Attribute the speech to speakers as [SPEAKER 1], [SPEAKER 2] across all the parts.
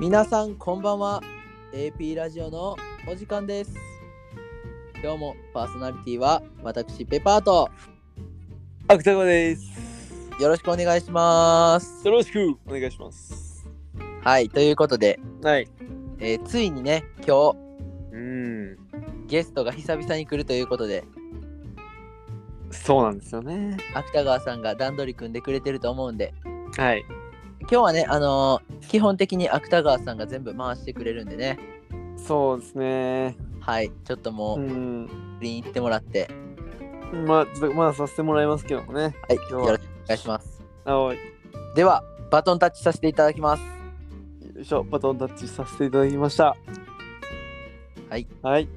[SPEAKER 1] 皆さんこんばんは AP ラジオのお時間です今日もパーソナリティは私ペパーと
[SPEAKER 2] アクタゴです。
[SPEAKER 1] よろしくお願いします
[SPEAKER 2] よろしくお願いします。
[SPEAKER 1] はいということで、
[SPEAKER 2] はい。
[SPEAKER 1] えーついにね今
[SPEAKER 2] う
[SPEAKER 1] 日
[SPEAKER 2] ん。
[SPEAKER 1] ゲストが久々に来るということで
[SPEAKER 2] そうなんですよね。
[SPEAKER 1] 芥川さんが段取り組んでくれてると思うんで
[SPEAKER 2] はい。
[SPEAKER 1] 今日はねあのー基本的に芥川さんが全部回してくれるんでね
[SPEAKER 2] そうですね。
[SPEAKER 1] はいちょっとも
[SPEAKER 2] う。
[SPEAKER 1] うん振りに行ってもらって、
[SPEAKER 2] まあ、ちょっとまあさせてもらいますけどもね。
[SPEAKER 1] はい
[SPEAKER 2] 今日は
[SPEAKER 1] よろしくお願いします
[SPEAKER 2] はい。
[SPEAKER 1] ではバトンタッチさせていただきます
[SPEAKER 2] よいしょ、バトンタッチさせていただきました。
[SPEAKER 1] はい。
[SPEAKER 2] はい。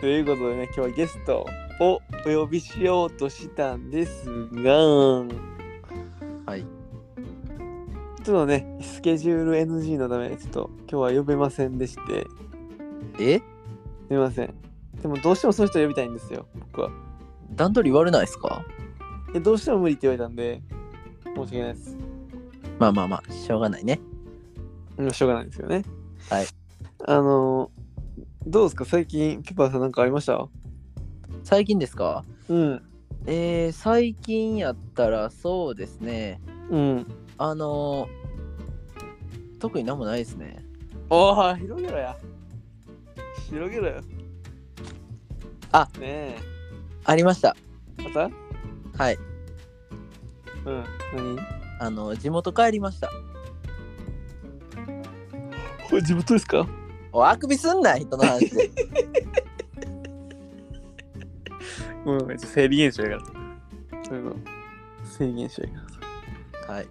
[SPEAKER 2] ということでね、今日はゲストをお呼びしようとしたんですが、
[SPEAKER 1] はい
[SPEAKER 2] ちょっとね、スケジュール NG のため、ちょっと今日は呼べませんでして、
[SPEAKER 1] え
[SPEAKER 2] すみません。でもどうしてもその人呼びたいんですよ、僕は。
[SPEAKER 1] 段取り悪ないですか
[SPEAKER 2] えどうしても無理って言われたんで、申し訳ないです。
[SPEAKER 1] まあまあまあしょうがないね
[SPEAKER 2] うんしょうがないですよね。
[SPEAKER 1] はい。
[SPEAKER 2] あのどうですか最近、ピッパーさんなんかありました
[SPEAKER 1] 最近ですか
[SPEAKER 2] うん。
[SPEAKER 1] えー、最近やったらそうですね
[SPEAKER 2] うん。
[SPEAKER 1] あのー、特になんもないですね
[SPEAKER 2] おー、広げろや。広げろよ。
[SPEAKER 1] あ
[SPEAKER 2] ね
[SPEAKER 1] ありました
[SPEAKER 2] え。また
[SPEAKER 1] はい
[SPEAKER 2] うん。何
[SPEAKER 1] あの地元帰りました
[SPEAKER 2] これ地元ですか
[SPEAKER 1] おあくびすんな人の話 で
[SPEAKER 2] ごめんごめん、ちょっと生理現象やから。そういうの。生理現象やか
[SPEAKER 1] はい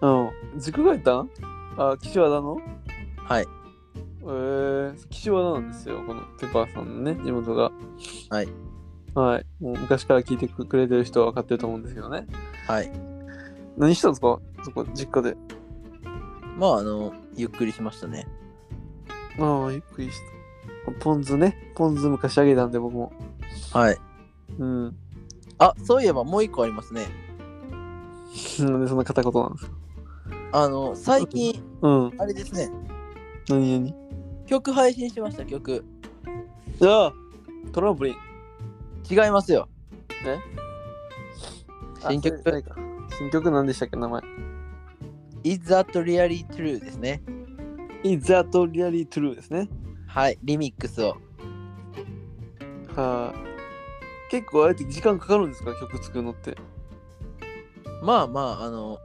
[SPEAKER 2] ら。うん。塾がいたんあ、岸和田の
[SPEAKER 1] はい
[SPEAKER 2] えー、岸和田なんですよ、このペパーさんのね、地元が。
[SPEAKER 1] はい。
[SPEAKER 2] はい。もう昔から聞いてくれてる人は分かってると思うんですけどね。
[SPEAKER 1] はい
[SPEAKER 2] 何したんですかそこ、実家で。
[SPEAKER 1] まああのゆっくりしましたね
[SPEAKER 2] ああ、ゆっくりした。ポン酢ね。ポン酢昔あげたんで、僕も。
[SPEAKER 1] はい
[SPEAKER 2] うん。
[SPEAKER 1] あそういえばもう一個ありますね
[SPEAKER 2] なんでそんな片言なんですか
[SPEAKER 1] あの最近
[SPEAKER 2] うん。
[SPEAKER 1] あれですね
[SPEAKER 2] 何何
[SPEAKER 1] 曲配信しました曲
[SPEAKER 2] じゃあ、トランポリン。
[SPEAKER 1] 違いますよ
[SPEAKER 2] え
[SPEAKER 1] 新曲
[SPEAKER 2] あそれそれか新曲何でしたっけ、名前。
[SPEAKER 1] 「Is That Really True」ですね
[SPEAKER 2] Is that really true ですね。
[SPEAKER 1] はいリミックスを
[SPEAKER 2] はい、結構あれって時間かかるんですか曲作るのって。
[SPEAKER 1] まあまああの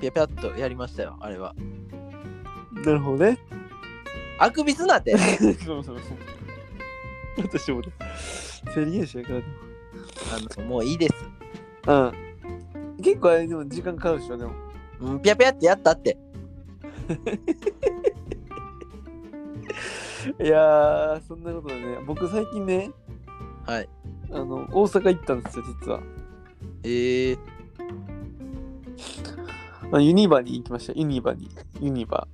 [SPEAKER 1] ぴゃぴゃっとやりましたよあれは
[SPEAKER 2] なるほどね。
[SPEAKER 1] あくびすなって
[SPEAKER 2] そうそうそう。私もね、セリエシやか
[SPEAKER 1] あのもういいです
[SPEAKER 2] ら。うん。結構あれでも時間かかるでしょ、でも。
[SPEAKER 1] うんぴゃぴゃってやったって
[SPEAKER 2] いやー、そんなことはね、僕最近ね、
[SPEAKER 1] はい
[SPEAKER 2] あの、大阪行ったんですよ、実は。
[SPEAKER 1] えー、
[SPEAKER 2] あユニバに行きました、ユニバに。ユニバ。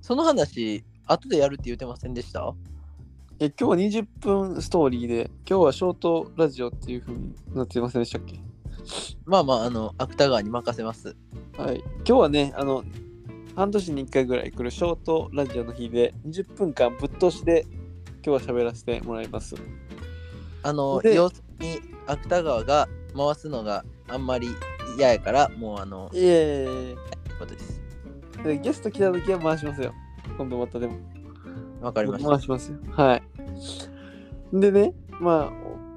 [SPEAKER 1] その話後でやるって言ってませんでした
[SPEAKER 2] え、今日は20分ストーリーで、今日はショートラジオっていう風になってませんでしたっけ
[SPEAKER 1] まあまああの芥川に任せます
[SPEAKER 2] はい、今日はねあの半年に1回ぐらい来るショートラジオの日で20分間ぶっ通しで今日は喋らせてもらいます
[SPEAKER 1] あの
[SPEAKER 2] で
[SPEAKER 1] 要するに芥川が回すのがあんまり嫌やからもうあの
[SPEAKER 2] いえい
[SPEAKER 1] ことです
[SPEAKER 2] えでゲスト来た時は回しますよ今度またでも
[SPEAKER 1] わかりました
[SPEAKER 2] 回しますよはいでねま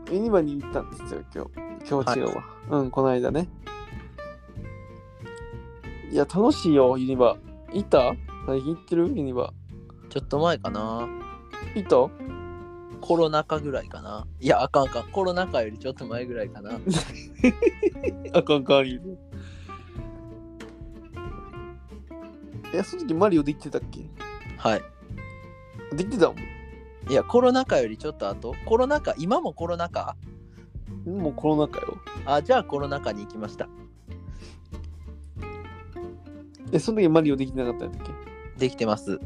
[SPEAKER 2] あユニバに行ったんですよ今日今日違うわ、うんこの間ねいや楽しいよユニバ行った最近行ってるユニバ
[SPEAKER 1] ちょっと前かな
[SPEAKER 2] 行った
[SPEAKER 1] コロナ禍ぐらいかないやあかんあかんコロナ禍よりちょっと前ぐらいかな
[SPEAKER 2] あかんかん言うて。え、その時マリオできてたっけ
[SPEAKER 1] はい
[SPEAKER 2] できてたも
[SPEAKER 1] いやコロナ禍よりちょっと後コロナ禍今もコロナ禍
[SPEAKER 2] ん。もうコロナ禍よ。
[SPEAKER 1] あじゃあコロナ禍に行きました
[SPEAKER 2] え、その時マリオできてなかったんだっけ
[SPEAKER 1] できてます。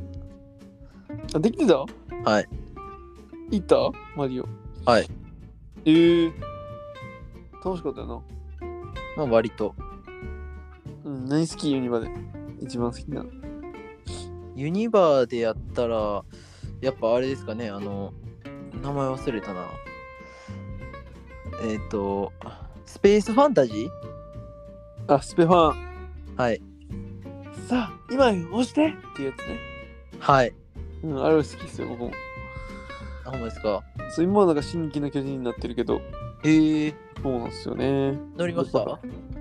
[SPEAKER 2] あ、できてたはい行ったマリオ。
[SPEAKER 1] はい。
[SPEAKER 2] えー。楽しかったよな。
[SPEAKER 1] まあ割と
[SPEAKER 2] うん、何好きユニバで。一番好きなの。
[SPEAKER 1] ユニバーでやったら、やっぱあれですかね、あの、名前忘れたな。えっ、と、スペースファンタジー
[SPEAKER 2] あ、スペファン、
[SPEAKER 1] はい。
[SPEAKER 2] さあ、今よ押してっていうやつね。
[SPEAKER 1] はい。
[SPEAKER 2] うん、あれは好きですよ、僕も。
[SPEAKER 1] あほんまですか。
[SPEAKER 2] そう、今はなんか新規の巨人になってるけど、
[SPEAKER 1] へえ。
[SPEAKER 2] そうなんですよね。
[SPEAKER 1] 乗りました
[SPEAKER 2] 乗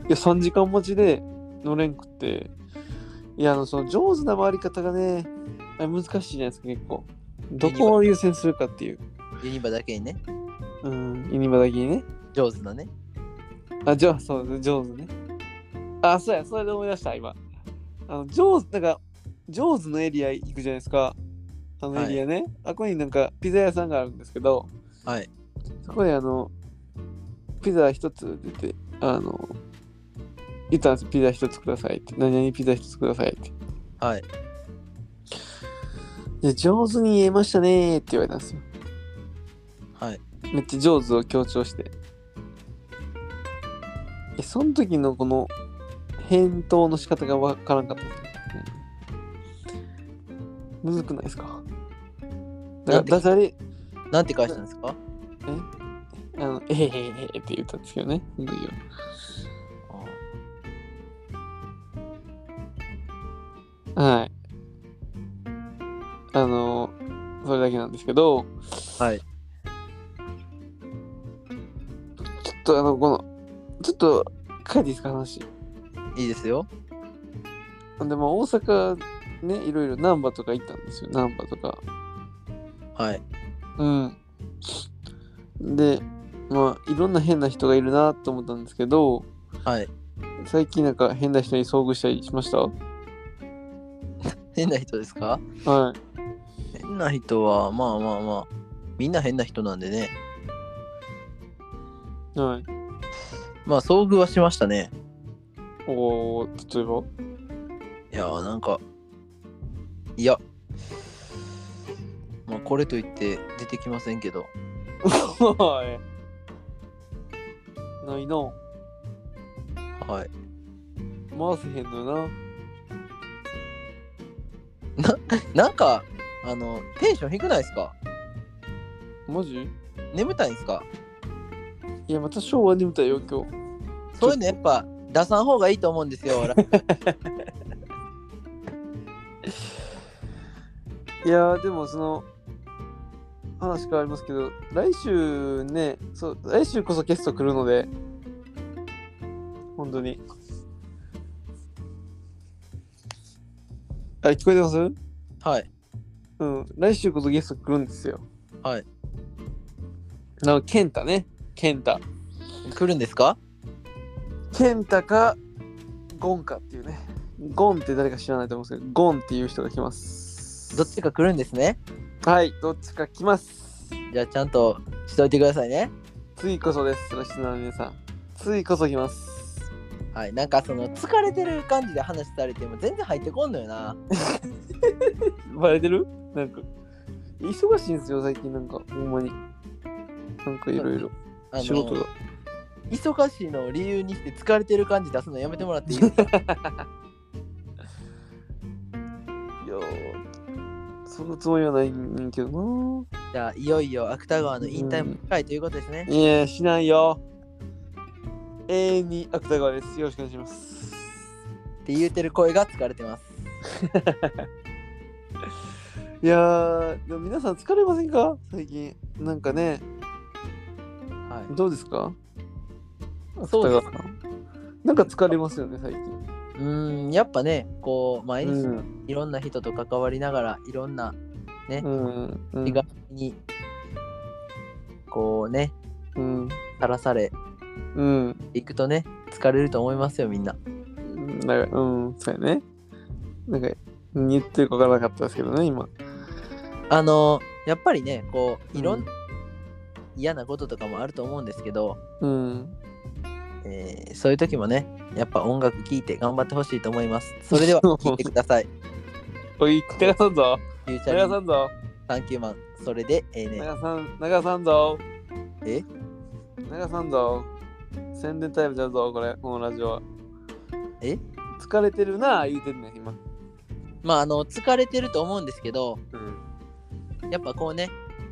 [SPEAKER 2] いや、3時間待ちで乗れんくって。いや、あの、その上手な回り方がね、あれ難しいじゃないですか、結構。どこを優先するかっていう。
[SPEAKER 1] ユニバだけにね。
[SPEAKER 2] うん、ユニバだけにね。
[SPEAKER 1] 上手なね。
[SPEAKER 2] あ、じゃあ、そう、上手ね。あ、そうや、それで思い出した、今。あの、上手、なんか、上手のエリア行くじゃないですか。あの
[SPEAKER 1] はい
[SPEAKER 2] エリアね。あ、ここになんか、ピザ屋さんがあるんですけど、
[SPEAKER 1] はい。
[SPEAKER 2] そこであの、ピザ一つ出て、あの、言ったんですよピザ一つくださいって。何々ピザ一つくださいって。
[SPEAKER 1] はい。
[SPEAKER 2] で、上手に言えましたねーって言われたんですよ。
[SPEAKER 1] はい。
[SPEAKER 2] めっちゃ上手を強調して。え、その時のこの返答の仕方がわからんかったですね。うんむずくないですかだ
[SPEAKER 1] な
[SPEAKER 2] から
[SPEAKER 1] んて
[SPEAKER 2] ダジャレ、
[SPEAKER 1] なんて返したんですか
[SPEAKER 2] あの、えへへへへって言ったんですけどね、その時は。はい。あの、それだけなんですけど、
[SPEAKER 1] はい。
[SPEAKER 2] ちょっとあの、この、ちょっと書いていいですか、話。
[SPEAKER 1] いいですよ。
[SPEAKER 2] で、まあ、大阪、ね、いろいろ難波とか行ったんですよ、難波とか。
[SPEAKER 1] はい。
[SPEAKER 2] うん。で、まあ、いろんな変な人がいるなと思ったんですけど、
[SPEAKER 1] はい。
[SPEAKER 2] 最近なんか変な人に遭遇したりしました
[SPEAKER 1] 変な人ですか
[SPEAKER 2] はい。
[SPEAKER 1] 変な人は、まあまあまあ、みんな変な人なんでね。
[SPEAKER 2] はい。
[SPEAKER 1] まあ、遭遇はしましたね。
[SPEAKER 2] おー、例えば
[SPEAKER 1] い やーなんかいやまあこれといって出てきませんけど
[SPEAKER 2] はい。ないな。
[SPEAKER 1] はい
[SPEAKER 2] 回せへんのよ
[SPEAKER 1] なんかあのテンション低くないですか
[SPEAKER 2] な。マジ
[SPEAKER 1] 眠たいんですか
[SPEAKER 2] いや、また昭和に見たよ、今日。
[SPEAKER 1] そういうのやっぱ出さん方がいいと思うんですよ俺
[SPEAKER 2] いやーでもその話変わりますけど来週ねそう来週こそゲスト来るので本当にあ聞こえてます
[SPEAKER 1] はい
[SPEAKER 2] うん来週こそゲスト来るんですよ
[SPEAKER 1] はい
[SPEAKER 2] なの健太ね健太
[SPEAKER 1] 来るんですか
[SPEAKER 2] 健太かゴンかっていうねゴンって誰か知らないと思うんですけどゴンっていう人が来ます
[SPEAKER 1] どっちか来るんですね
[SPEAKER 2] はいどっちか来ます
[SPEAKER 1] じゃあちゃんとしといてくださいね
[SPEAKER 2] ついこそです、ロシナの皆さん。ついこそ来ます。
[SPEAKER 1] はいなんかその疲れてる感じで話されても全然入ってこんのよな
[SPEAKER 2] バレてるなんか、忙しいんですよ、最近なんか、ほんまに。なんかいろいろ、
[SPEAKER 1] あの
[SPEAKER 2] 仕事が。
[SPEAKER 1] 忙しいのを理由にして疲れてる感じ出すのやめてもらっていいです か
[SPEAKER 2] いやーそのつもりはないんけどな
[SPEAKER 1] じゃあいよいよ芥川の引退も近いということですね、
[SPEAKER 2] いや、しないよ。永遠に芥川です。よろしくお願いします。
[SPEAKER 1] って言うてる声が疲れてます。
[SPEAKER 2] いやー、でも皆さん疲れませんか最近。なんかね、
[SPEAKER 1] は
[SPEAKER 2] どうですか
[SPEAKER 1] そうです
[SPEAKER 2] 芥川さんなんか疲れますよね、最近。
[SPEAKER 1] い。うーん、やっぱね、こう、毎日
[SPEAKER 2] ん。
[SPEAKER 1] いろんな人と関わりながら、いろんな
[SPEAKER 2] うん。うん
[SPEAKER 1] 気がに、こうね、
[SPEAKER 2] うん。
[SPEAKER 1] さらされ
[SPEAKER 2] うん。
[SPEAKER 1] ていくとね、疲れると思いますよ、みんな。
[SPEAKER 2] なんか、うん、そうやね。なんか、言ってるか分からなかったですけどね、今。
[SPEAKER 1] あのーやっぱりね、こう、いろ
[SPEAKER 2] うん
[SPEAKER 1] んな嫌なこととかもあると思うんですけど、
[SPEAKER 2] うん。
[SPEAKER 1] えーそういう時もね、やっぱ音楽聴いて頑張ってほしいと思います。それでは聴いてください。
[SPEAKER 2] おい、流さんぞ。
[SPEAKER 1] フューチ
[SPEAKER 2] 流
[SPEAKER 1] ャリ
[SPEAKER 2] さ
[SPEAKER 1] ン
[SPEAKER 2] んぞ。
[SPEAKER 1] サンキューマン、それでええ
[SPEAKER 2] 流
[SPEAKER 1] ねん。
[SPEAKER 2] さん、流さんぞ。
[SPEAKER 1] え
[SPEAKER 2] 流さんぞ。宣伝タイムちゃうぞ、これ、このラジオは。
[SPEAKER 1] え
[SPEAKER 2] 疲れてるな、言うてんねん、今。
[SPEAKER 1] まああの疲れてると思うんですけど
[SPEAKER 2] うん。
[SPEAKER 1] やっぱこうね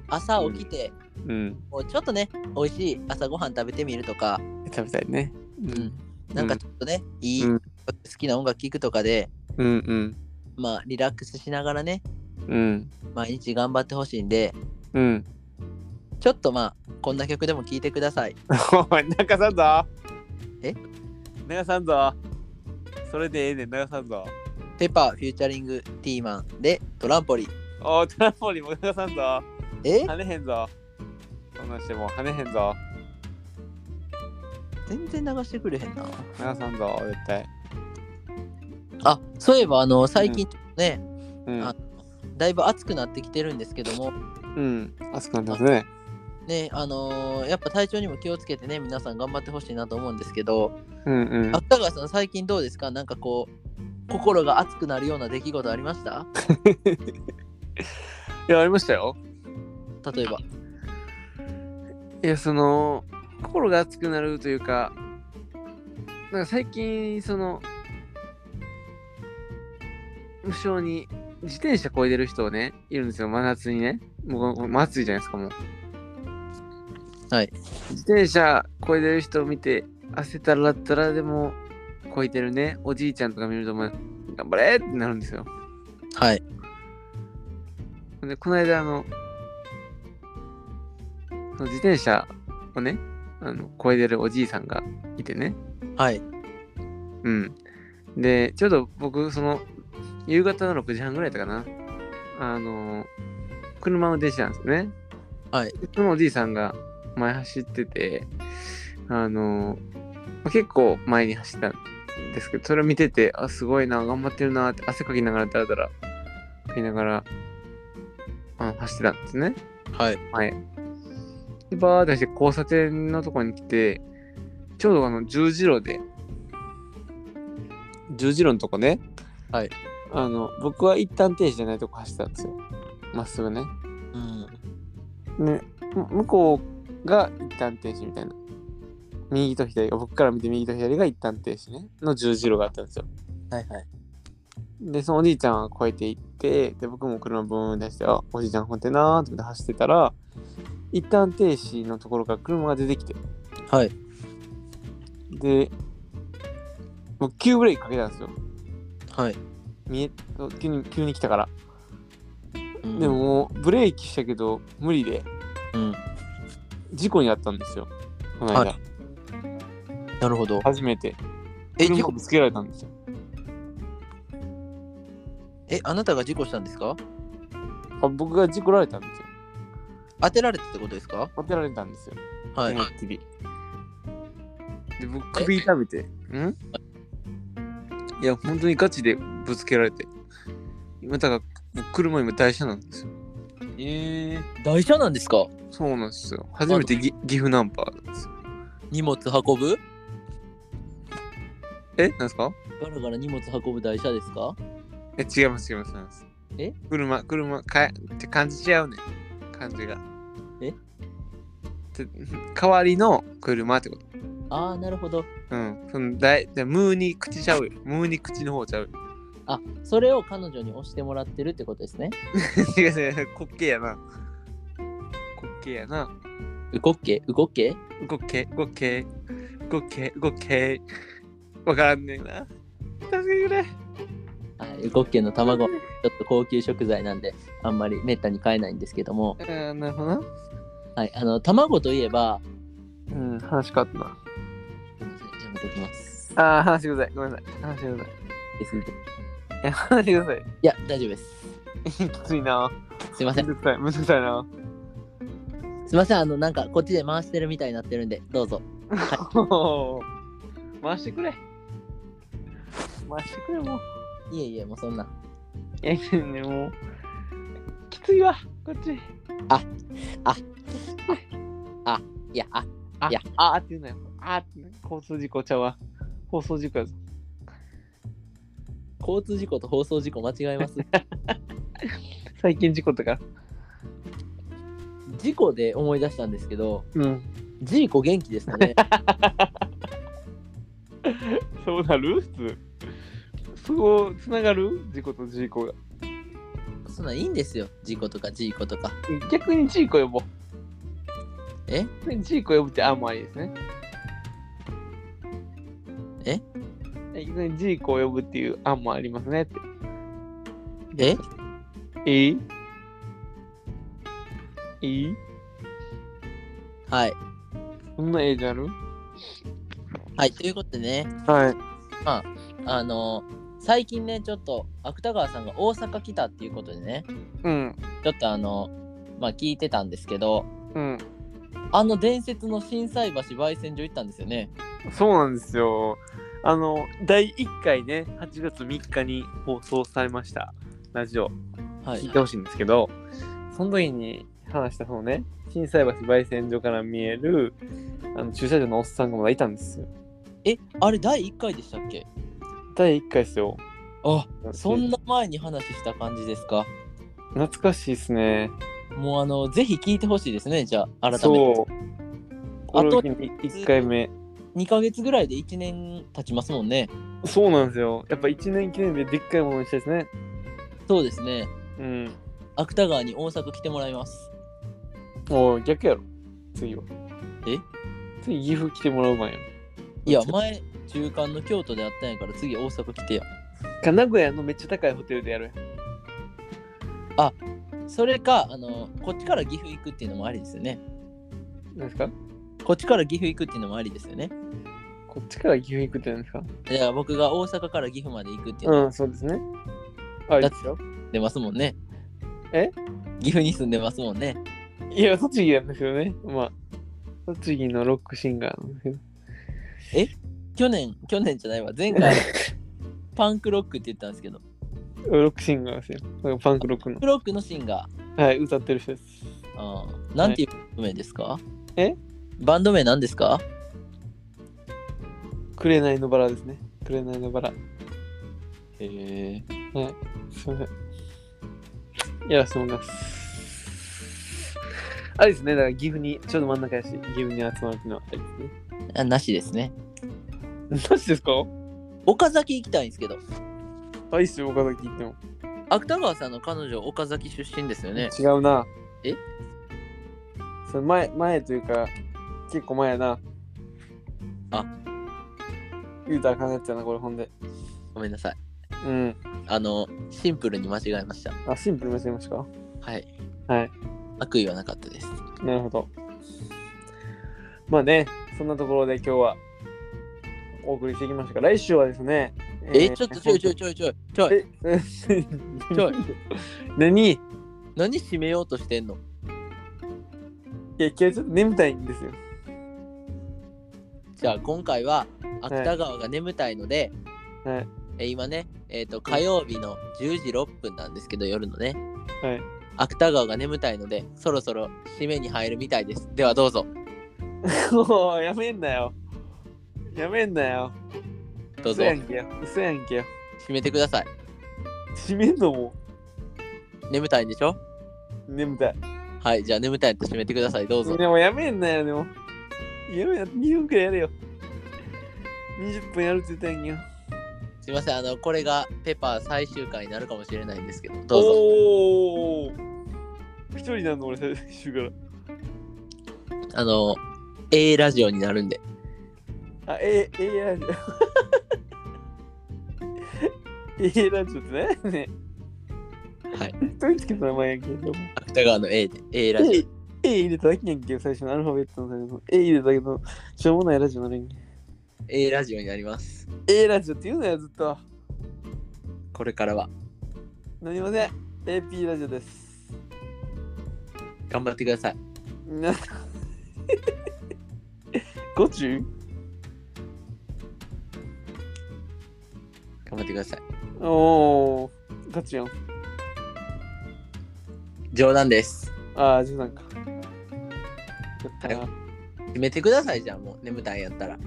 [SPEAKER 1] 朝起きて、
[SPEAKER 2] うん。
[SPEAKER 1] こうちょっとね美味しい朝ごはん食べてみるとか
[SPEAKER 2] 食べたいね。うん。
[SPEAKER 1] なんかちょっとね、いい、
[SPEAKER 2] うん
[SPEAKER 1] 好きな音楽聴くとかで
[SPEAKER 2] うん
[SPEAKER 1] まあリラックスしながらね
[SPEAKER 2] うん。うん。
[SPEAKER 1] 毎日頑張ってほしいんで
[SPEAKER 2] うん。
[SPEAKER 1] ちょっとまあこんな曲でも聴いてください
[SPEAKER 2] おい、流さんぞ。
[SPEAKER 1] え
[SPEAKER 2] 流さんぞ。それでええねん、流さんぞ。
[SPEAKER 1] ペッパーフューチャリングティーマンでトランポリン
[SPEAKER 2] おー、トランポリンも流さんぞ。
[SPEAKER 1] え
[SPEAKER 2] 跳ねへんぞ。そんなんしても跳ねへんぞ。
[SPEAKER 1] 全然流してくれへんな
[SPEAKER 2] 流さんぞ、絶対。
[SPEAKER 1] あそういえばあの最近ね、
[SPEAKER 2] うん
[SPEAKER 1] あ。だいぶ暑くなってきてるんですけども
[SPEAKER 2] うん。熱くなってますね。
[SPEAKER 1] ねあのーやっぱ体調にも気をつけてね皆さん頑張ってほしいなと思うんですけど
[SPEAKER 2] うんうん。
[SPEAKER 1] 芥川さん最近どうですかなんかこう心が熱くなるような出来事ありました
[SPEAKER 2] いや、ありましたよ。
[SPEAKER 1] 例えば
[SPEAKER 2] いや、その、心が熱くなるというか、なんか最近、その、無性に自転車こいでる人をね、いるんですよ、真夏にね。もう、もう暑いじゃないですか、もう。
[SPEAKER 1] はい。
[SPEAKER 2] 自転車こいでる人を見て、汗たらたらでも、こいてるね、おじいちゃんとか見ると、もう、頑張れってなるんですよ。
[SPEAKER 1] はい
[SPEAKER 2] で、この間、あの、その自転車をね、あの、こいでるおじいさんがいてね。
[SPEAKER 1] はい
[SPEAKER 2] うん。で、ちょうど僕、その、夕方の6時半ぐらいだったかな。あの、車を運転してたんですよね。
[SPEAKER 1] はい
[SPEAKER 2] で。そのおじいさんが前走ってて、あの、まあ結構前に走ったんですけど、それを見てて、あ、すごいな、頑張ってるなって、汗かきながら、だらだら、かきながら、あの走ってたんですね。
[SPEAKER 1] はい
[SPEAKER 2] はい。で、バーって走って交差点のとこに来て、ちょうどあの十字路で、十字路のとこね。
[SPEAKER 1] はい。
[SPEAKER 2] あの、僕は一旦停止じゃないとこ走ってたんですよ。まっすぐね。
[SPEAKER 1] うん
[SPEAKER 2] ね、む向こうが一旦停止みたいな。右と左が、僕から見て右と左が一旦停止ね。の十字路があったんですよ。
[SPEAKER 1] はいはい
[SPEAKER 2] で、そのおじいちゃんは越えていって、で、僕も車ブーン出して、あ、おじいちゃんこうやってなーって思って走ってたら、一旦停止のところから車が出てきて、
[SPEAKER 1] はい
[SPEAKER 2] で、もう急ブレーキかけたんですよ。
[SPEAKER 1] はい、
[SPEAKER 2] 見え、急に、急に来たから。
[SPEAKER 1] うん
[SPEAKER 2] でももう、ブレーキしたけど、無理で、
[SPEAKER 1] うん
[SPEAKER 2] 事故にあったんですよ。この間、
[SPEAKER 1] はいなるほど
[SPEAKER 2] 初めて。
[SPEAKER 1] え事
[SPEAKER 2] 車
[SPEAKER 1] 故
[SPEAKER 2] ぶつけられたんですよ。
[SPEAKER 1] えあなたが事故したんですか
[SPEAKER 2] あ僕が事故られたんですよ。
[SPEAKER 1] 当てられたってことですか
[SPEAKER 2] 当てられたんですよ。
[SPEAKER 1] はい、
[SPEAKER 2] 思いっきり。で、僕、首痛めて。んいや、本当にガチでぶつけられて。今、だから、僕車今、台車なんですよ。
[SPEAKER 1] えー、台車なんですか
[SPEAKER 2] そうなんですよ。初めてぎ岐阜ナンパなんですよ。
[SPEAKER 1] 荷物運ぶ
[SPEAKER 2] えなんですか
[SPEAKER 1] ガラガラ荷物運ぶ台車ですか
[SPEAKER 2] え、違います、違います、違います。
[SPEAKER 1] え
[SPEAKER 2] 車、車、かえって感じちゃうねん。感じが。
[SPEAKER 1] え
[SPEAKER 2] て 代わりの車ってこと。
[SPEAKER 1] ああなるほど
[SPEAKER 2] うん。その、だい、じゃあムーに口ちゃうよ。ムーに口の方ちゃうよ。
[SPEAKER 1] あそれを彼女に押してもらってるってことですね
[SPEAKER 2] 違う違う、滑稽やな。滑稽やな。
[SPEAKER 1] うこっけうこっけ
[SPEAKER 2] 動け、動け、動け、動け。わからんねんな。助けてくれ。
[SPEAKER 1] はいうこっけの卵ちょっと高級食材なんであんまりめったに買えないんですけども
[SPEAKER 2] あーなるほどな。
[SPEAKER 1] はいあの卵といえば
[SPEAKER 2] うん、話変わったな。
[SPEAKER 1] すいませんやめときます
[SPEAKER 2] ああ、話してください。ごめんなさい。話してください。
[SPEAKER 1] ですい
[SPEAKER 2] いや、話してください。
[SPEAKER 1] や大丈夫です
[SPEAKER 2] きついな。
[SPEAKER 1] すいませ
[SPEAKER 2] めん
[SPEAKER 1] ん
[SPEAKER 2] どくさい。めんどくさいな。
[SPEAKER 1] すいませんあのなんかこっちで回してるみたいになってるんでどうぞ
[SPEAKER 2] おー 回してくれ。回してくれ、もう。
[SPEAKER 1] いえいえもうそんない
[SPEAKER 2] や、でも、きついわ、こっち。
[SPEAKER 1] いやあ
[SPEAKER 2] あ
[SPEAKER 1] いや
[SPEAKER 2] あーって言うなよ。あーって言うなよ交通事故ちゃうわ。放送事故やぞ。
[SPEAKER 1] 交通事故と放送事故間違えます
[SPEAKER 2] 最近事故ったから。
[SPEAKER 1] 事故で思い出したんですけど
[SPEAKER 2] うん。
[SPEAKER 1] ジーコ元気ですかね
[SPEAKER 2] そうなる普通。そこつながる事故とジーコが
[SPEAKER 1] そんなんいいんですよ。事故とかジーコとか。
[SPEAKER 2] 逆にジーコ呼ぼう
[SPEAKER 1] え
[SPEAKER 2] 逆にジーコ呼ぶってあんまあいいですね
[SPEAKER 1] え
[SPEAKER 2] 逆にジーコを呼ぶっていう案もありますねって
[SPEAKER 1] え
[SPEAKER 2] いいいい
[SPEAKER 1] はい。
[SPEAKER 2] そんなええじゃる
[SPEAKER 1] はい。ということでね、
[SPEAKER 2] はい。
[SPEAKER 1] あのー最近ね、ちょっと芥川さんが大阪来たっていうことでね、
[SPEAKER 2] うん。
[SPEAKER 1] ちょっとあのまあ聞いてたんですけど、
[SPEAKER 2] うん。
[SPEAKER 1] あの伝説の心斎橋焙煎所行ったんですよね。
[SPEAKER 2] そうなんですよ。あの、第1回ね、8月3日に放送されました。ラジオ。
[SPEAKER 1] はい
[SPEAKER 2] 聞い。てほしいんですけど、その時に話したそのね、心斎橋焙煎所から見えるあの駐車場のおっさんがまだいたんですよ。
[SPEAKER 1] え、あれ第1回でしたっけ
[SPEAKER 2] 第1回ですよ。
[SPEAKER 1] あ、そんな前に話した感じですか。
[SPEAKER 2] 懐かしいですね。
[SPEAKER 1] もうあの、ぜひ聞いてほしいですね、じゃあ、改め
[SPEAKER 2] そ
[SPEAKER 1] て。
[SPEAKER 2] う。これを機に1回目。
[SPEAKER 1] 2ヶ月ぐらいで1年経ちますもんね。
[SPEAKER 2] そうなんですよ。やっぱ1年記念ででっかいものにしたいですね。
[SPEAKER 1] そうですね。
[SPEAKER 2] うん。
[SPEAKER 1] 芥川に大阪来てもらいます。
[SPEAKER 2] もう逆やろ。次は。
[SPEAKER 1] え
[SPEAKER 2] 次岐阜来てもらう前や
[SPEAKER 1] いや、前、中間の京都であったんやから、次大阪来てよ。
[SPEAKER 2] か名古屋のめっちゃ高いホテルでやる
[SPEAKER 1] それか、あの、こっちから岐阜行くっていうのもありですよね。
[SPEAKER 2] なんですか
[SPEAKER 1] こっちから岐阜行くっていうのもありですよね。
[SPEAKER 2] こっちから岐阜行くってなんですか
[SPEAKER 1] だから僕が大阪から岐阜まで行くっていうの
[SPEAKER 2] うんそうですねあい
[SPEAKER 1] だ
[SPEAKER 2] いで
[SPEAKER 1] って
[SPEAKER 2] すよ
[SPEAKER 1] 出ますもんね。
[SPEAKER 2] え
[SPEAKER 1] 岐阜に住んでますもんね。
[SPEAKER 2] いや栃木なんですよねまあ栃木のロックシンガーなんですけど
[SPEAKER 1] 去年、去年じゃないわ、前 回、パンクロックって言ったんですけど、パン
[SPEAKER 2] ロックシンガーですよなんかパンクロックの
[SPEAKER 1] クロックのシンガ
[SPEAKER 2] はい歌ってる人です
[SPEAKER 1] ー、あーなんていうバンド名ですか
[SPEAKER 2] え
[SPEAKER 1] バンド名なんですか
[SPEAKER 2] 紅のバラですね紅のバラ
[SPEAKER 1] へえ。
[SPEAKER 2] すいませんやらせて もらいますあれですねだから岐阜にちょうど真ん中やし岐阜に集まるっていうのはあれですね
[SPEAKER 1] あなしですね。
[SPEAKER 2] マジですか
[SPEAKER 1] 岡崎行きたいんですけど、
[SPEAKER 2] あいいっすよ岡崎行っても
[SPEAKER 1] 芥川さんの彼女、岡崎出身ですよね。
[SPEAKER 2] 違うな。
[SPEAKER 1] え
[SPEAKER 2] それ前、前というか、結構前やな。
[SPEAKER 1] あ
[SPEAKER 2] 言うたらあかんやつやな、これほんで。
[SPEAKER 1] ごめんなさい。
[SPEAKER 2] うん。
[SPEAKER 1] あの、シンプルに間違えました。
[SPEAKER 2] あ、シンプルに間違えましたか
[SPEAKER 1] はい。
[SPEAKER 2] はい。
[SPEAKER 1] 悪意はなかったです。
[SPEAKER 2] なるほど。まあね、そんなところで今日はお送りしてきましたが、来週はですね。
[SPEAKER 1] え、ちょっとちょいちょいちょいちょいちょい。
[SPEAKER 2] え、え
[SPEAKER 1] ちょい。
[SPEAKER 2] 何い
[SPEAKER 1] 何締めようとしてんの
[SPEAKER 2] や、今日ちょっと眠たいんですよ。
[SPEAKER 1] じゃあ今回は芥川が眠たいので、
[SPEAKER 2] はい
[SPEAKER 1] えー今ね、えー、と火曜日の10時6分なんですけど夜のね
[SPEAKER 2] はい。
[SPEAKER 1] 芥川が眠たいのでそろそろ締めに入るみたいですではどうぞ
[SPEAKER 2] もうやめんなよ。やめんなよ。
[SPEAKER 1] どうぞ
[SPEAKER 2] 嘘やんけよ。嘘やんけよ。
[SPEAKER 1] 締めてください
[SPEAKER 2] 閉めんのも
[SPEAKER 1] 眠たいんでしょ
[SPEAKER 2] 眠たい。
[SPEAKER 1] はいじゃあ眠たいと締めてくださいどうぞ
[SPEAKER 2] でもやめんなよ、でも。やめな、2分くらいやれよ。20分やるって言ったんや。
[SPEAKER 1] すいませんあのこれがペッパー最終回になるかもしれないんですけどどうぞ
[SPEAKER 2] おお一人なんの俺最初か
[SPEAKER 1] あの A ラジオになるんで
[SPEAKER 2] ら。あ、え、え、え、 ラジオ。え、ラジオって何やねん。
[SPEAKER 1] はい。
[SPEAKER 2] 一人つけた名前やんけど。
[SPEAKER 1] 芥川の A で A ラジ
[SPEAKER 2] え、え入れただけやんけ、最初のアルファベットの最初の。え入れただけど、しょうもないラジオになるんや。
[SPEAKER 1] オ A ラジオになります
[SPEAKER 2] え、ラジオって言うなよ、ずっと。
[SPEAKER 1] これからは
[SPEAKER 2] なりません。AP ラジオです。
[SPEAKER 1] 頑張ってください
[SPEAKER 2] な ゴチュ
[SPEAKER 1] 頑張ってください
[SPEAKER 2] おおガチやん
[SPEAKER 1] 冗談です
[SPEAKER 2] ああ十三かやったな、
[SPEAKER 1] は決めてくださいじゃあもう眠たいんやったら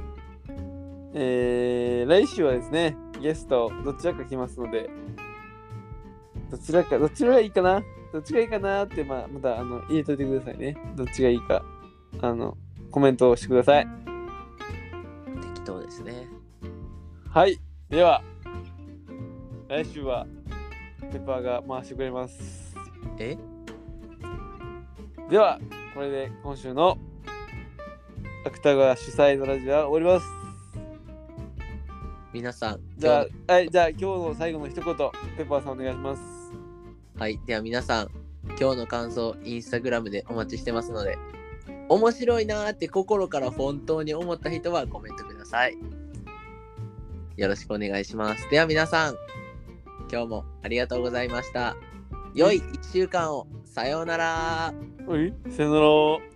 [SPEAKER 2] えー、来週はですねゲストどちらか来ますのでどちらかどちらがいいかなどっちがいいかなって、まあ、またあの入れといてくださいねどっちがいいかあのコメントをしてください
[SPEAKER 1] 適当ですね
[SPEAKER 2] はいでは来週はペッパーが回してくれます
[SPEAKER 1] え
[SPEAKER 2] ではこれで今週の芥川主催のラジオは終わります
[SPEAKER 1] 皆さん、
[SPEAKER 2] じゃ
[SPEAKER 1] 今日
[SPEAKER 2] あ、はい、じゃあ今日の最後の一言、ペッパーさんお願いします。
[SPEAKER 1] のはい、では皆さん、今日の感想、インスタグラムでお待ちしてますので、面白いなーって心から本当に思った人はコメントください。よろしくお願いします。では皆さん、今日もありがとうございました。良い1週間を。さようなら。
[SPEAKER 2] はい、さよなら。